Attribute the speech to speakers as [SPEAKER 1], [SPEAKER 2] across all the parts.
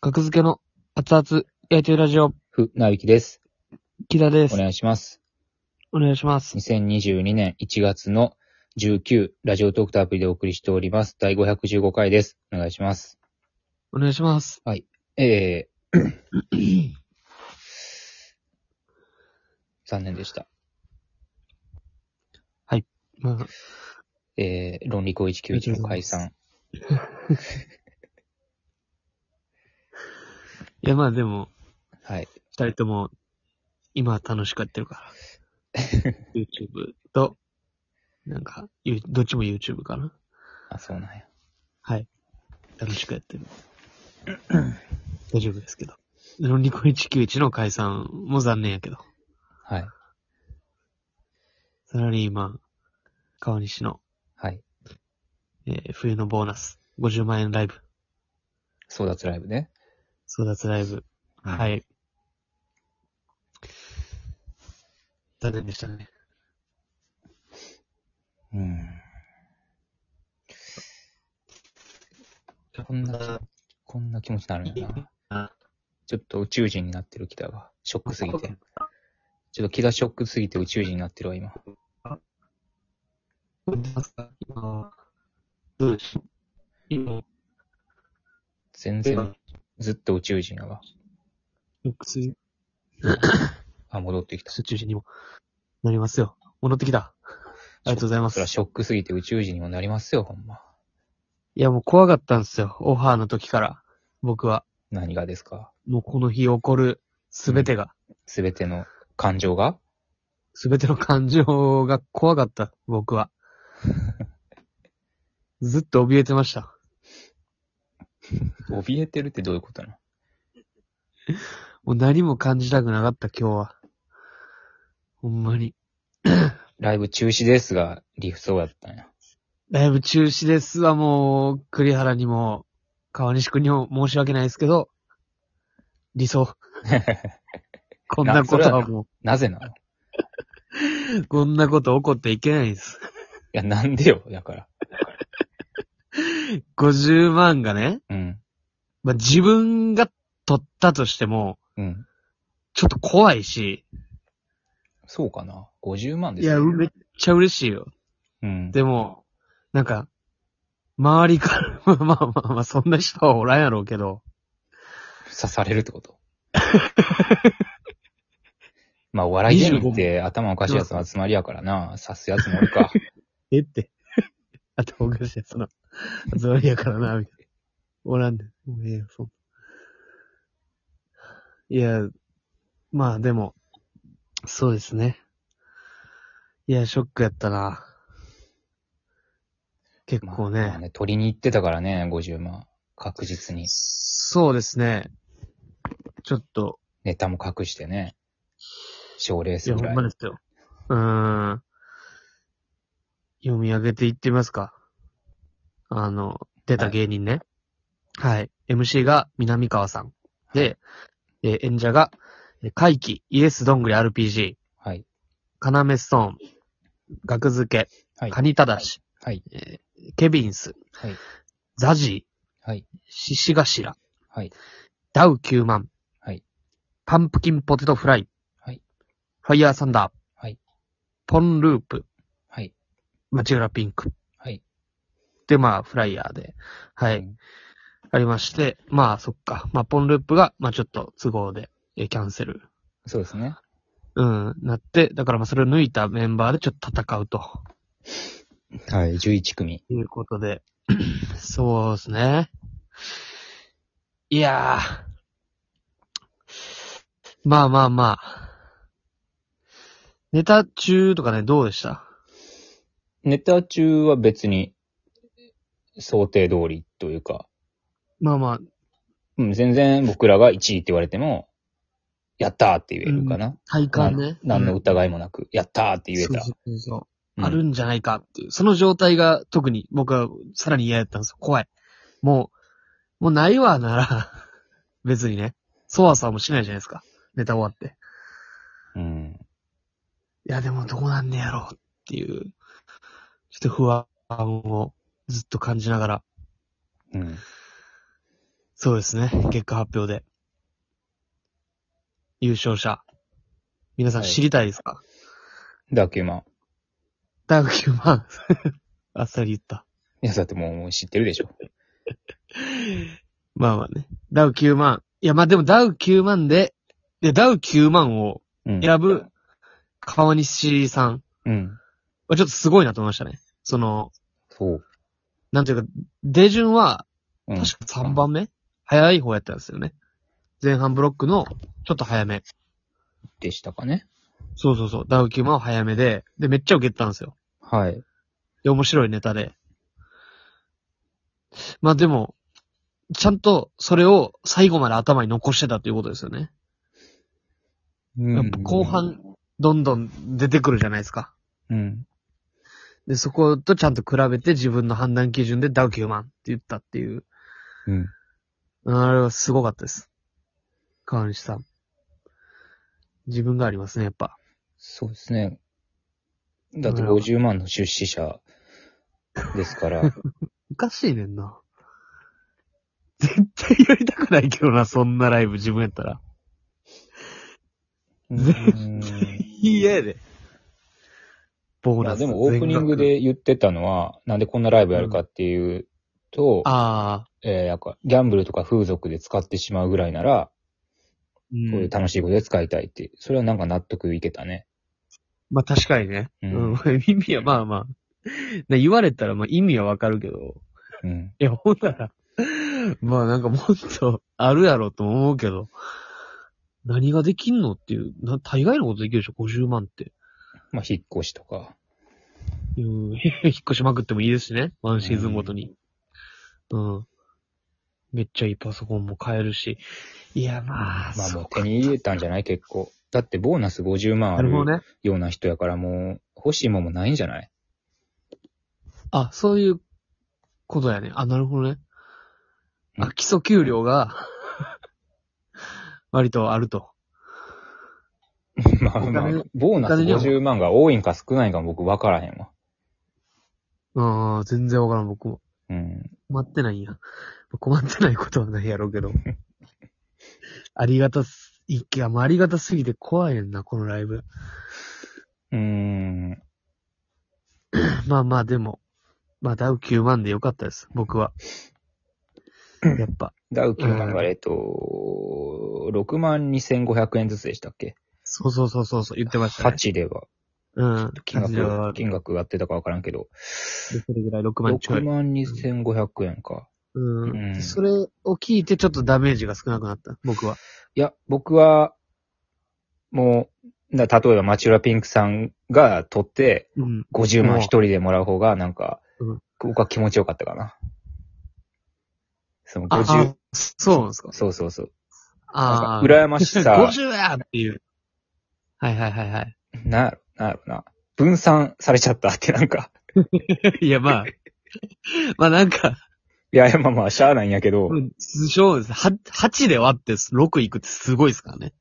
[SPEAKER 1] 格付けの熱々焼いてるラジオ、
[SPEAKER 2] ふ、なびきです。
[SPEAKER 1] 木田で
[SPEAKER 2] お
[SPEAKER 1] す。
[SPEAKER 2] 願いします。
[SPEAKER 1] お願いします。
[SPEAKER 2] 2022年1月の19、ラジオトークとアプリでお送りしております。第515回です。お願いします。
[SPEAKER 1] お願いします。
[SPEAKER 2] えー、 残念でした。
[SPEAKER 1] まあ、
[SPEAKER 2] えー、論理校191の解散。
[SPEAKER 1] いやまあでも、
[SPEAKER 2] はい。
[SPEAKER 1] 二人とも、今は楽しくやってるから。YouTube と、なんか、ゆどっちも YouTube かな。
[SPEAKER 2] あ、そうなんや。
[SPEAKER 1] はい。楽しくやってる。大丈夫ですけど。論理コ191の解散も残念やけど。
[SPEAKER 2] はい。
[SPEAKER 1] サラリーマン、川西の、
[SPEAKER 2] はい。
[SPEAKER 1] えー冬のボーナス、50万円ライブ、
[SPEAKER 2] 争奪ライブね。
[SPEAKER 1] 争奪ライブ、
[SPEAKER 2] うん
[SPEAKER 1] はい。残念でしたね。
[SPEAKER 2] うん。こんな、こんな気持ちになるんやな。ちょっと宇宙人になってる、キダが。ショックすぎて。ちょっとキダショックすぎて宇宙人になってるわ、今。
[SPEAKER 1] どうですか今、どうでしょう今、
[SPEAKER 2] 全
[SPEAKER 1] 今
[SPEAKER 2] 然、ずっと宇宙人やわ。
[SPEAKER 1] ロックス、
[SPEAKER 2] あ、戻ってきた。
[SPEAKER 1] そっちにも、なりますよ。戻ってきた。ありがとうございま
[SPEAKER 2] そりゃ
[SPEAKER 1] す。
[SPEAKER 2] ショックすぎて宇宙人にもなりますよ、ほんま。
[SPEAKER 1] いや、もう怖かったんですよ。オファーの時から、僕は。
[SPEAKER 2] 何がですか
[SPEAKER 1] もうこの日起こる、すべてが、
[SPEAKER 2] すべての感情が
[SPEAKER 1] すべての感情が怖かった、僕 は。ずっと怯えてました。
[SPEAKER 2] 怯えてるってどういうことなの
[SPEAKER 1] もう何も感じたくなかった、今日は。ほんまに。
[SPEAKER 2] ライブ中止ですが、リフトやったんや。
[SPEAKER 1] ライブ中止ですはもう、栗原にも、川西くんにも申し訳ないですけど、理 想。こんなことはも、
[SPEAKER 2] なぜなのいう
[SPEAKER 1] こんなこと起こっていけないんです。
[SPEAKER 2] や、なんでよ、だから。
[SPEAKER 1] 50万がね、
[SPEAKER 2] うん。
[SPEAKER 1] まあ、自分が取ったとしても、
[SPEAKER 2] うん。
[SPEAKER 1] ちょっと怖いし、
[SPEAKER 2] そうかな。50万で
[SPEAKER 1] い
[SPEAKER 2] す
[SPEAKER 1] や、
[SPEAKER 2] よ。
[SPEAKER 1] めっちゃ嬉しいよ。
[SPEAKER 2] うん。
[SPEAKER 1] でも、なんか、周りから、 まあまあまあまあ、そんな人はおらんやろうけど、
[SPEAKER 2] 刺されるってこと まあ、お笑い芸人って頭おかしいやつの集まりやからな。刺すやつもお るか。
[SPEAKER 1] えって。 あと、おかしいやつの、 つまりやからな、みたいな。おらんで、もうええよ、そんいや、まあでも、そうですね。いや、ショックやったな。結
[SPEAKER 2] まあ
[SPEAKER 1] 構ね。
[SPEAKER 2] まあ取りに行ってたからね、50万。確実に。
[SPEAKER 1] そうですね。ちょっと、
[SPEAKER 2] ネタも隠してね。賞レー
[SPEAKER 1] い
[SPEAKER 2] ス
[SPEAKER 1] や、
[SPEAKER 2] ぐ
[SPEAKER 1] ほ
[SPEAKER 2] ら
[SPEAKER 1] ん
[SPEAKER 2] い
[SPEAKER 1] ま。ですよ。うーん。読み上げていってみますか。あの、出た芸人ね。はい。MC が南川さん。で、えー演者が、えー怪奇、イエスどんぐり RPG、
[SPEAKER 2] はい。
[SPEAKER 1] カナメストーン、学付
[SPEAKER 2] は
[SPEAKER 1] け、
[SPEAKER 2] い
[SPEAKER 1] カ。ニタダシ、
[SPEAKER 2] はい。
[SPEAKER 1] ケビンス、
[SPEAKER 2] はい
[SPEAKER 1] ザジ
[SPEAKER 2] はい。
[SPEAKER 1] ー、シシガシラ、
[SPEAKER 2] はい。
[SPEAKER 1] ダウ9万、
[SPEAKER 2] はい。
[SPEAKER 1] パンプキンポテトフライ、
[SPEAKER 2] はい。
[SPEAKER 1] ファイヤーサンダー、
[SPEAKER 2] はい。
[SPEAKER 1] ポンループ、
[SPEAKER 2] はい。
[SPEAKER 1] 街裏ピンク。
[SPEAKER 2] はい。
[SPEAKER 1] で、まあ、フライヤーで、は
[SPEAKER 2] う
[SPEAKER 1] い、
[SPEAKER 2] ん
[SPEAKER 1] ありまして、まあ、そっか。まあ、ポンループが、まあ、ちょっと都合で、えーキャンセル、
[SPEAKER 2] そうですね。
[SPEAKER 1] うん、なって、だからまあ、それを抜いたメンバーでちょっと戦うと
[SPEAKER 2] はい。11組。
[SPEAKER 1] いうことで、 そうですね。いやー。まあまあまあ。ネタ中とかね、どうでした
[SPEAKER 2] ネタ中は別に、想定通りというか、
[SPEAKER 1] まあまあ、
[SPEAKER 2] うん、全然僕らが1位って言われても、やったーって言えるかな。
[SPEAKER 1] 体感ね。
[SPEAKER 2] 何の
[SPEAKER 1] うん
[SPEAKER 2] 疑いもなく、やったーって言えた
[SPEAKER 1] そう。そうそう
[SPEAKER 2] うん
[SPEAKER 1] あるんじゃないかっていう。その状態が特に僕はさらに嫌やったんですよ。怖い。もう、もうないわなら、別にね、そわそわもしないじゃないですか。ネタ終わって。
[SPEAKER 2] うん。
[SPEAKER 1] いや、でもどうなんねやろうっていう、ちょっと不安をずっと感じながら、
[SPEAKER 2] うん。
[SPEAKER 1] そうですね。結果発表で。優勝者。皆さん
[SPEAKER 2] はい
[SPEAKER 1] 知りたいですか、
[SPEAKER 2] だけまあ。
[SPEAKER 1] 大学9万。 あっさり言った。
[SPEAKER 2] いや、だってもうもう知ってるでしょ。
[SPEAKER 1] まあまあね。ダウ9万。いや、まあでもダウ9万で、で、ダウ9万を
[SPEAKER 2] うん。
[SPEAKER 1] 選ぶ川西さん
[SPEAKER 2] うん。
[SPEAKER 1] はちょっとすごいなと思いましたね。その、
[SPEAKER 2] そう。
[SPEAKER 1] なんていうか、出順は
[SPEAKER 2] うん。
[SPEAKER 1] 確か3番目、早い方やったんですよね。前半ブロックのちょっと早め。
[SPEAKER 2] でしたかね。
[SPEAKER 1] そうそうそう。ダウ9万は早めで、で、めっちゃ受けてたんですよ。
[SPEAKER 2] はい。
[SPEAKER 1] で、面白いネタで。まあでも、ちゃんとそれを最後まで頭に残してたということですよね。やっぱ後半、どんどん出てくるじゃないですか。
[SPEAKER 2] うん。
[SPEAKER 1] で、そことちゃんと比べて自分の判断基準でダウ9万って言ったっていう。
[SPEAKER 2] うん。
[SPEAKER 1] あれはすごかったです。川西さん。自分がありますね、やっぱ。
[SPEAKER 2] そうですね。だって50万の出資者です から、
[SPEAKER 1] おかしいねんな。絶対やりたくないけどな、そんなライブ自分やったら。
[SPEAKER 2] うーん
[SPEAKER 1] いやで。ボー
[SPEAKER 2] いや
[SPEAKER 1] ナス。
[SPEAKER 2] でもオープニン
[SPEAKER 1] 全額。
[SPEAKER 2] グで言ってたのは、なんでこんなライブやるかっていうと、
[SPEAKER 1] ああ。
[SPEAKER 2] えーなんかギャンブルとか風俗で使ってしまうぐらいな
[SPEAKER 1] う。
[SPEAKER 2] ら、こういうん楽しいことで使いたいって、それはなんか納得いけたね。
[SPEAKER 1] まあ確かにね。
[SPEAKER 2] う。
[SPEAKER 1] うんん。 意味は、まあまあ。ね言われたらまあ意味はわかるけど。
[SPEAKER 2] うん。
[SPEAKER 1] いや、ほんなら、まあなんかもっとあるやろと思うけど、何ができんのっていう、な大概のことできるでしょ、50万って。
[SPEAKER 2] まあ、引っ越しとか。
[SPEAKER 1] うん、 引っ越しまくってもいいですしね、ワンシーズンごとに。うん。めっちゃいいパソコンも買えるし。いや、まあ、
[SPEAKER 2] まあ
[SPEAKER 1] そ
[SPEAKER 2] も
[SPEAKER 1] う
[SPEAKER 2] う
[SPEAKER 1] か
[SPEAKER 2] 手に入れたんじゃない結構。だってボーナス50万あ
[SPEAKER 1] なるほど
[SPEAKER 2] る
[SPEAKER 1] ね。
[SPEAKER 2] ような人やからもう欲しいもんもないんじゃない
[SPEAKER 1] あ、そういうことやね。あ、なるほどね。
[SPEAKER 2] う
[SPEAKER 1] あ、
[SPEAKER 2] ん
[SPEAKER 1] 基礎給料が、割とあると。
[SPEAKER 2] まあ
[SPEAKER 1] お
[SPEAKER 2] ま
[SPEAKER 1] 金
[SPEAKER 2] あ、ボーナス
[SPEAKER 1] お金には
[SPEAKER 2] 50万が多いんか少ないんか僕分からへんわ。
[SPEAKER 1] うん、全然わからん、僕も。
[SPEAKER 2] うん。
[SPEAKER 1] 困ってないんや。困ってないことはないやろうけど。ありがたす、いや、もうありがたすぎて怖いねんな、このライブ。
[SPEAKER 2] うーん。
[SPEAKER 1] まあまあ、でも、まあ、ダウ9万でよかったです、僕は。やっぱ、
[SPEAKER 2] ダウ9万が、えっと、6万2500円ずつでしたっけ
[SPEAKER 1] そうそうそうそう、そう言ってましたね。
[SPEAKER 2] 8では。
[SPEAKER 1] うん。
[SPEAKER 2] 金
[SPEAKER 1] 達郎は
[SPEAKER 2] 額、金額やってたか分からんけど。
[SPEAKER 1] でそれぐらい6万ちょ
[SPEAKER 2] 6
[SPEAKER 1] い。
[SPEAKER 2] 万2500円か。
[SPEAKER 1] うん。
[SPEAKER 2] うん
[SPEAKER 1] でそれを聞いて、ちょっとダメージが少なくなった、僕は。
[SPEAKER 2] いや、僕は、もう、な例えば町浦ピンクさんが取って、
[SPEAKER 1] うん。
[SPEAKER 2] 50
[SPEAKER 1] もう
[SPEAKER 2] 万一人でもらう方が、なんか
[SPEAKER 1] うん、
[SPEAKER 2] 僕は気持ちよかったかな。その
[SPEAKER 1] あ
[SPEAKER 2] 50、、
[SPEAKER 1] あそうなんですか。
[SPEAKER 2] そうそうそう。
[SPEAKER 1] あ
[SPEAKER 2] な
[SPEAKER 1] あ
[SPEAKER 2] ん。か羨ま しさ、
[SPEAKER 1] 50やっていう。はいはいはいはい。
[SPEAKER 2] なんやろ、なんやろな。分散されちゃったってなんか。
[SPEAKER 1] いや、まあ。まあなんか、
[SPEAKER 2] いやいや、まあまあ、しゃあないんやけど、
[SPEAKER 1] うんそうです。は8で割って6いくってすごいですからね。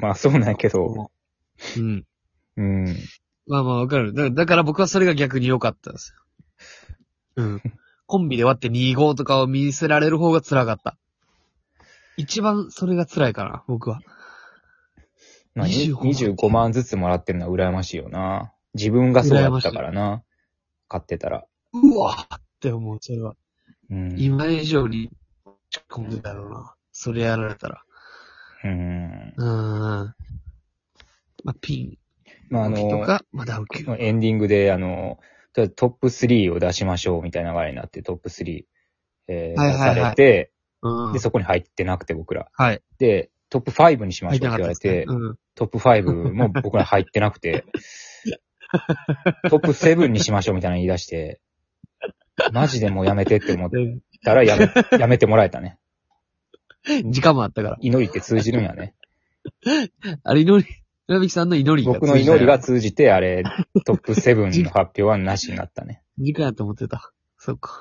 [SPEAKER 2] まあそうなんやけど、
[SPEAKER 1] うん。
[SPEAKER 2] うん。
[SPEAKER 1] まあまあわかる。だだから僕はそれが逆に良かったんですよ。うん。コンビで割って25とかを見せられる方が辛かった。一番それが辛いかな、僕は。
[SPEAKER 2] まあ、に
[SPEAKER 1] 25
[SPEAKER 2] 25万ずつもらってるのは羨ましいよな。自分がそうだったからな。買ってたら。
[SPEAKER 1] うわって思う、それは。
[SPEAKER 2] うん。
[SPEAKER 1] 今以上に落ち込むだろうな。それやられたら。
[SPEAKER 2] う
[SPEAKER 1] う
[SPEAKER 2] ん。
[SPEAKER 1] ーん。まあ、ピン。
[SPEAKER 2] まああ
[SPEAKER 1] と
[SPEAKER 2] の、
[SPEAKER 1] か、まだ受ける。
[SPEAKER 2] エンディングで、あの、とりあえずトップ3を出しましょうみたいな流れになって、トップ3、えー
[SPEAKER 1] はいはいはい
[SPEAKER 2] 出されて、
[SPEAKER 1] うん
[SPEAKER 2] で、。そこに入ってなくて僕ら。
[SPEAKER 1] はい。
[SPEAKER 2] で、トップ5にしま
[SPEAKER 1] 入
[SPEAKER 2] し
[SPEAKER 1] って
[SPEAKER 2] ょう
[SPEAKER 1] な
[SPEAKER 2] って
[SPEAKER 1] か
[SPEAKER 2] 言
[SPEAKER 1] った
[SPEAKER 2] わ
[SPEAKER 1] で
[SPEAKER 2] れ
[SPEAKER 1] すね
[SPEAKER 2] て、
[SPEAKER 1] うん。
[SPEAKER 2] トップ5も僕ら入ってな くて、トップ7にしましょうみたいなの言い出して、マジでもうやめてって思っ
[SPEAKER 1] で
[SPEAKER 2] たらや め、やめてもらえたね。
[SPEAKER 1] 時間もあったから。
[SPEAKER 2] 祈りって通じるんやね。
[SPEAKER 1] あれ、祈り、村引さんの祈りが
[SPEAKER 2] 僕の祈りが通じて、あれ、トップ7の発表はなしになったね。
[SPEAKER 1] 時間やと思ってた。そっか。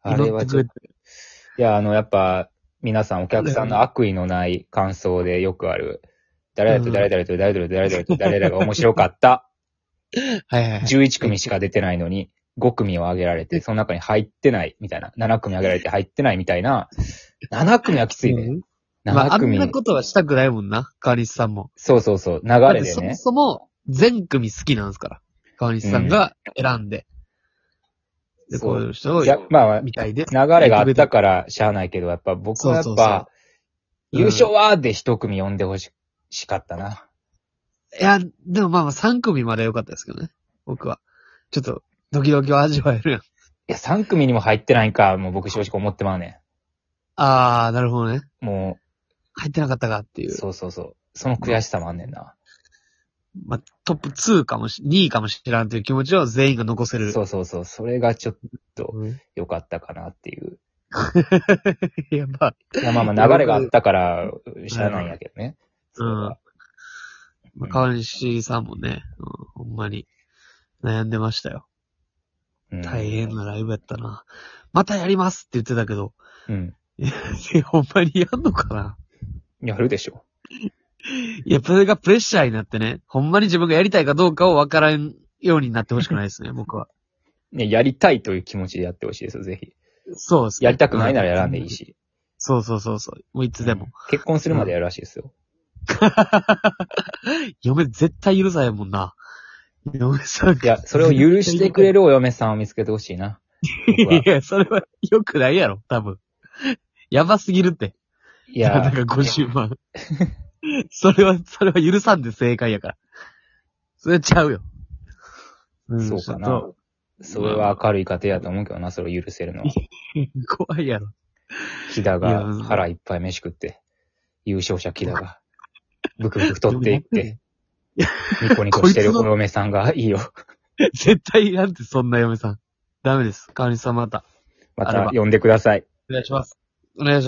[SPEAKER 2] あれはちょ
[SPEAKER 1] 祈
[SPEAKER 2] っと
[SPEAKER 1] ってく
[SPEAKER 2] いや、あの、やっぱ、皆さんお客さんの悪意のない感想でよくある、誰々と誰々と誰々と誰々と誰々が面白 かった、
[SPEAKER 1] れてはいはいはい。
[SPEAKER 2] 11組しか出てないのに、5組を挙げられて、その中に入ってないみたいな、7組挙げられて入ってないみたいな、 7組はきついね。
[SPEAKER 1] まあ、
[SPEAKER 2] 7
[SPEAKER 1] あん
[SPEAKER 2] 組。
[SPEAKER 1] なことはしたくないもんな、川西さんも。
[SPEAKER 2] そうそうそう、流
[SPEAKER 1] だっ
[SPEAKER 2] れ
[SPEAKER 1] て
[SPEAKER 2] で
[SPEAKER 1] そも
[SPEAKER 2] ね。
[SPEAKER 1] そも、全組好きなんですから。川西さんが選んで。で、こういう人を
[SPEAKER 2] いや、まあまあ、
[SPEAKER 1] みたいです。
[SPEAKER 2] 流れがあったからしゃあないけど、やっぱ僕はやっぱ、
[SPEAKER 1] そうそうそううん
[SPEAKER 2] 優勝はで一組呼んでほししかったな。
[SPEAKER 1] いや、でもまあまあ3組まで良かったですけどね。僕は。ちょっと、ドキドキを味わえるやん。
[SPEAKER 2] いや、三組にも入ってないんか、もう僕正直思ってまうね
[SPEAKER 1] あー、なるほどね。
[SPEAKER 2] ん。も、
[SPEAKER 1] 入ってなかったかっていうう。
[SPEAKER 2] そうそうそう。その悔しさもあんねんな。
[SPEAKER 1] まあ、トップ2かもし、2位かもしれんという気持ちを全員が残せる。
[SPEAKER 2] そうそうそう。それがちょっと
[SPEAKER 1] うん
[SPEAKER 2] 良かったかなっていう。
[SPEAKER 1] やばい。
[SPEAKER 2] いや、まあまあ流れがあったから、しゃあないんやけどね。
[SPEAKER 1] うん。まあ、川西さんもね、うん、ほんまに悩んでましたよ。
[SPEAKER 2] うん
[SPEAKER 1] 大変。なライブやったな。またやりますって言ってたけど、
[SPEAKER 2] うん。
[SPEAKER 1] えほんまにやんのかな
[SPEAKER 2] やるでしょ。
[SPEAKER 1] いや、それがプレッシャーになってね、ほんまに自分がやりたいかどうかを分からんようになってほしくないです ね、僕は。
[SPEAKER 2] ね、やりたいという気持ちでやってほしいですよ、ぜひ。
[SPEAKER 1] そうです、ね。
[SPEAKER 2] やりたくないならやらんでいい。し。
[SPEAKER 1] そうそうそうそう。もういつでも
[SPEAKER 2] うん。。結婚するまでやるらしいですよ。
[SPEAKER 1] 嫁絶対許さへんもんな。嫁さん
[SPEAKER 2] いや、それを許してくれるお嫁さんを見つけてほしいな。 僕はい
[SPEAKER 1] や、それは良くないやろ、多分。やばすぎるって。
[SPEAKER 2] い
[SPEAKER 1] いな
[SPEAKER 2] や
[SPEAKER 1] ん、か50万。 それは、それは許さんで正解やから。それちゃうよ。ん
[SPEAKER 2] そうか
[SPEAKER 1] ちょ
[SPEAKER 2] な
[SPEAKER 1] っと。
[SPEAKER 2] それは明るい家庭やと思うけどな、それを許せるのは。
[SPEAKER 1] 怖いやろ。
[SPEAKER 2] 木田
[SPEAKER 1] いや
[SPEAKER 2] が腹いっぱい飯食って、優勝者木田が、ブクブク太ってい って、ニコニコしてるお嫁さんがいいよ。
[SPEAKER 1] 絶対なんて、そんな嫁さん。ダメです。川西さんまた。
[SPEAKER 2] ま
[SPEAKER 1] あれ
[SPEAKER 2] た
[SPEAKER 1] ば
[SPEAKER 2] 呼んでください。
[SPEAKER 1] お願いします。お願いします。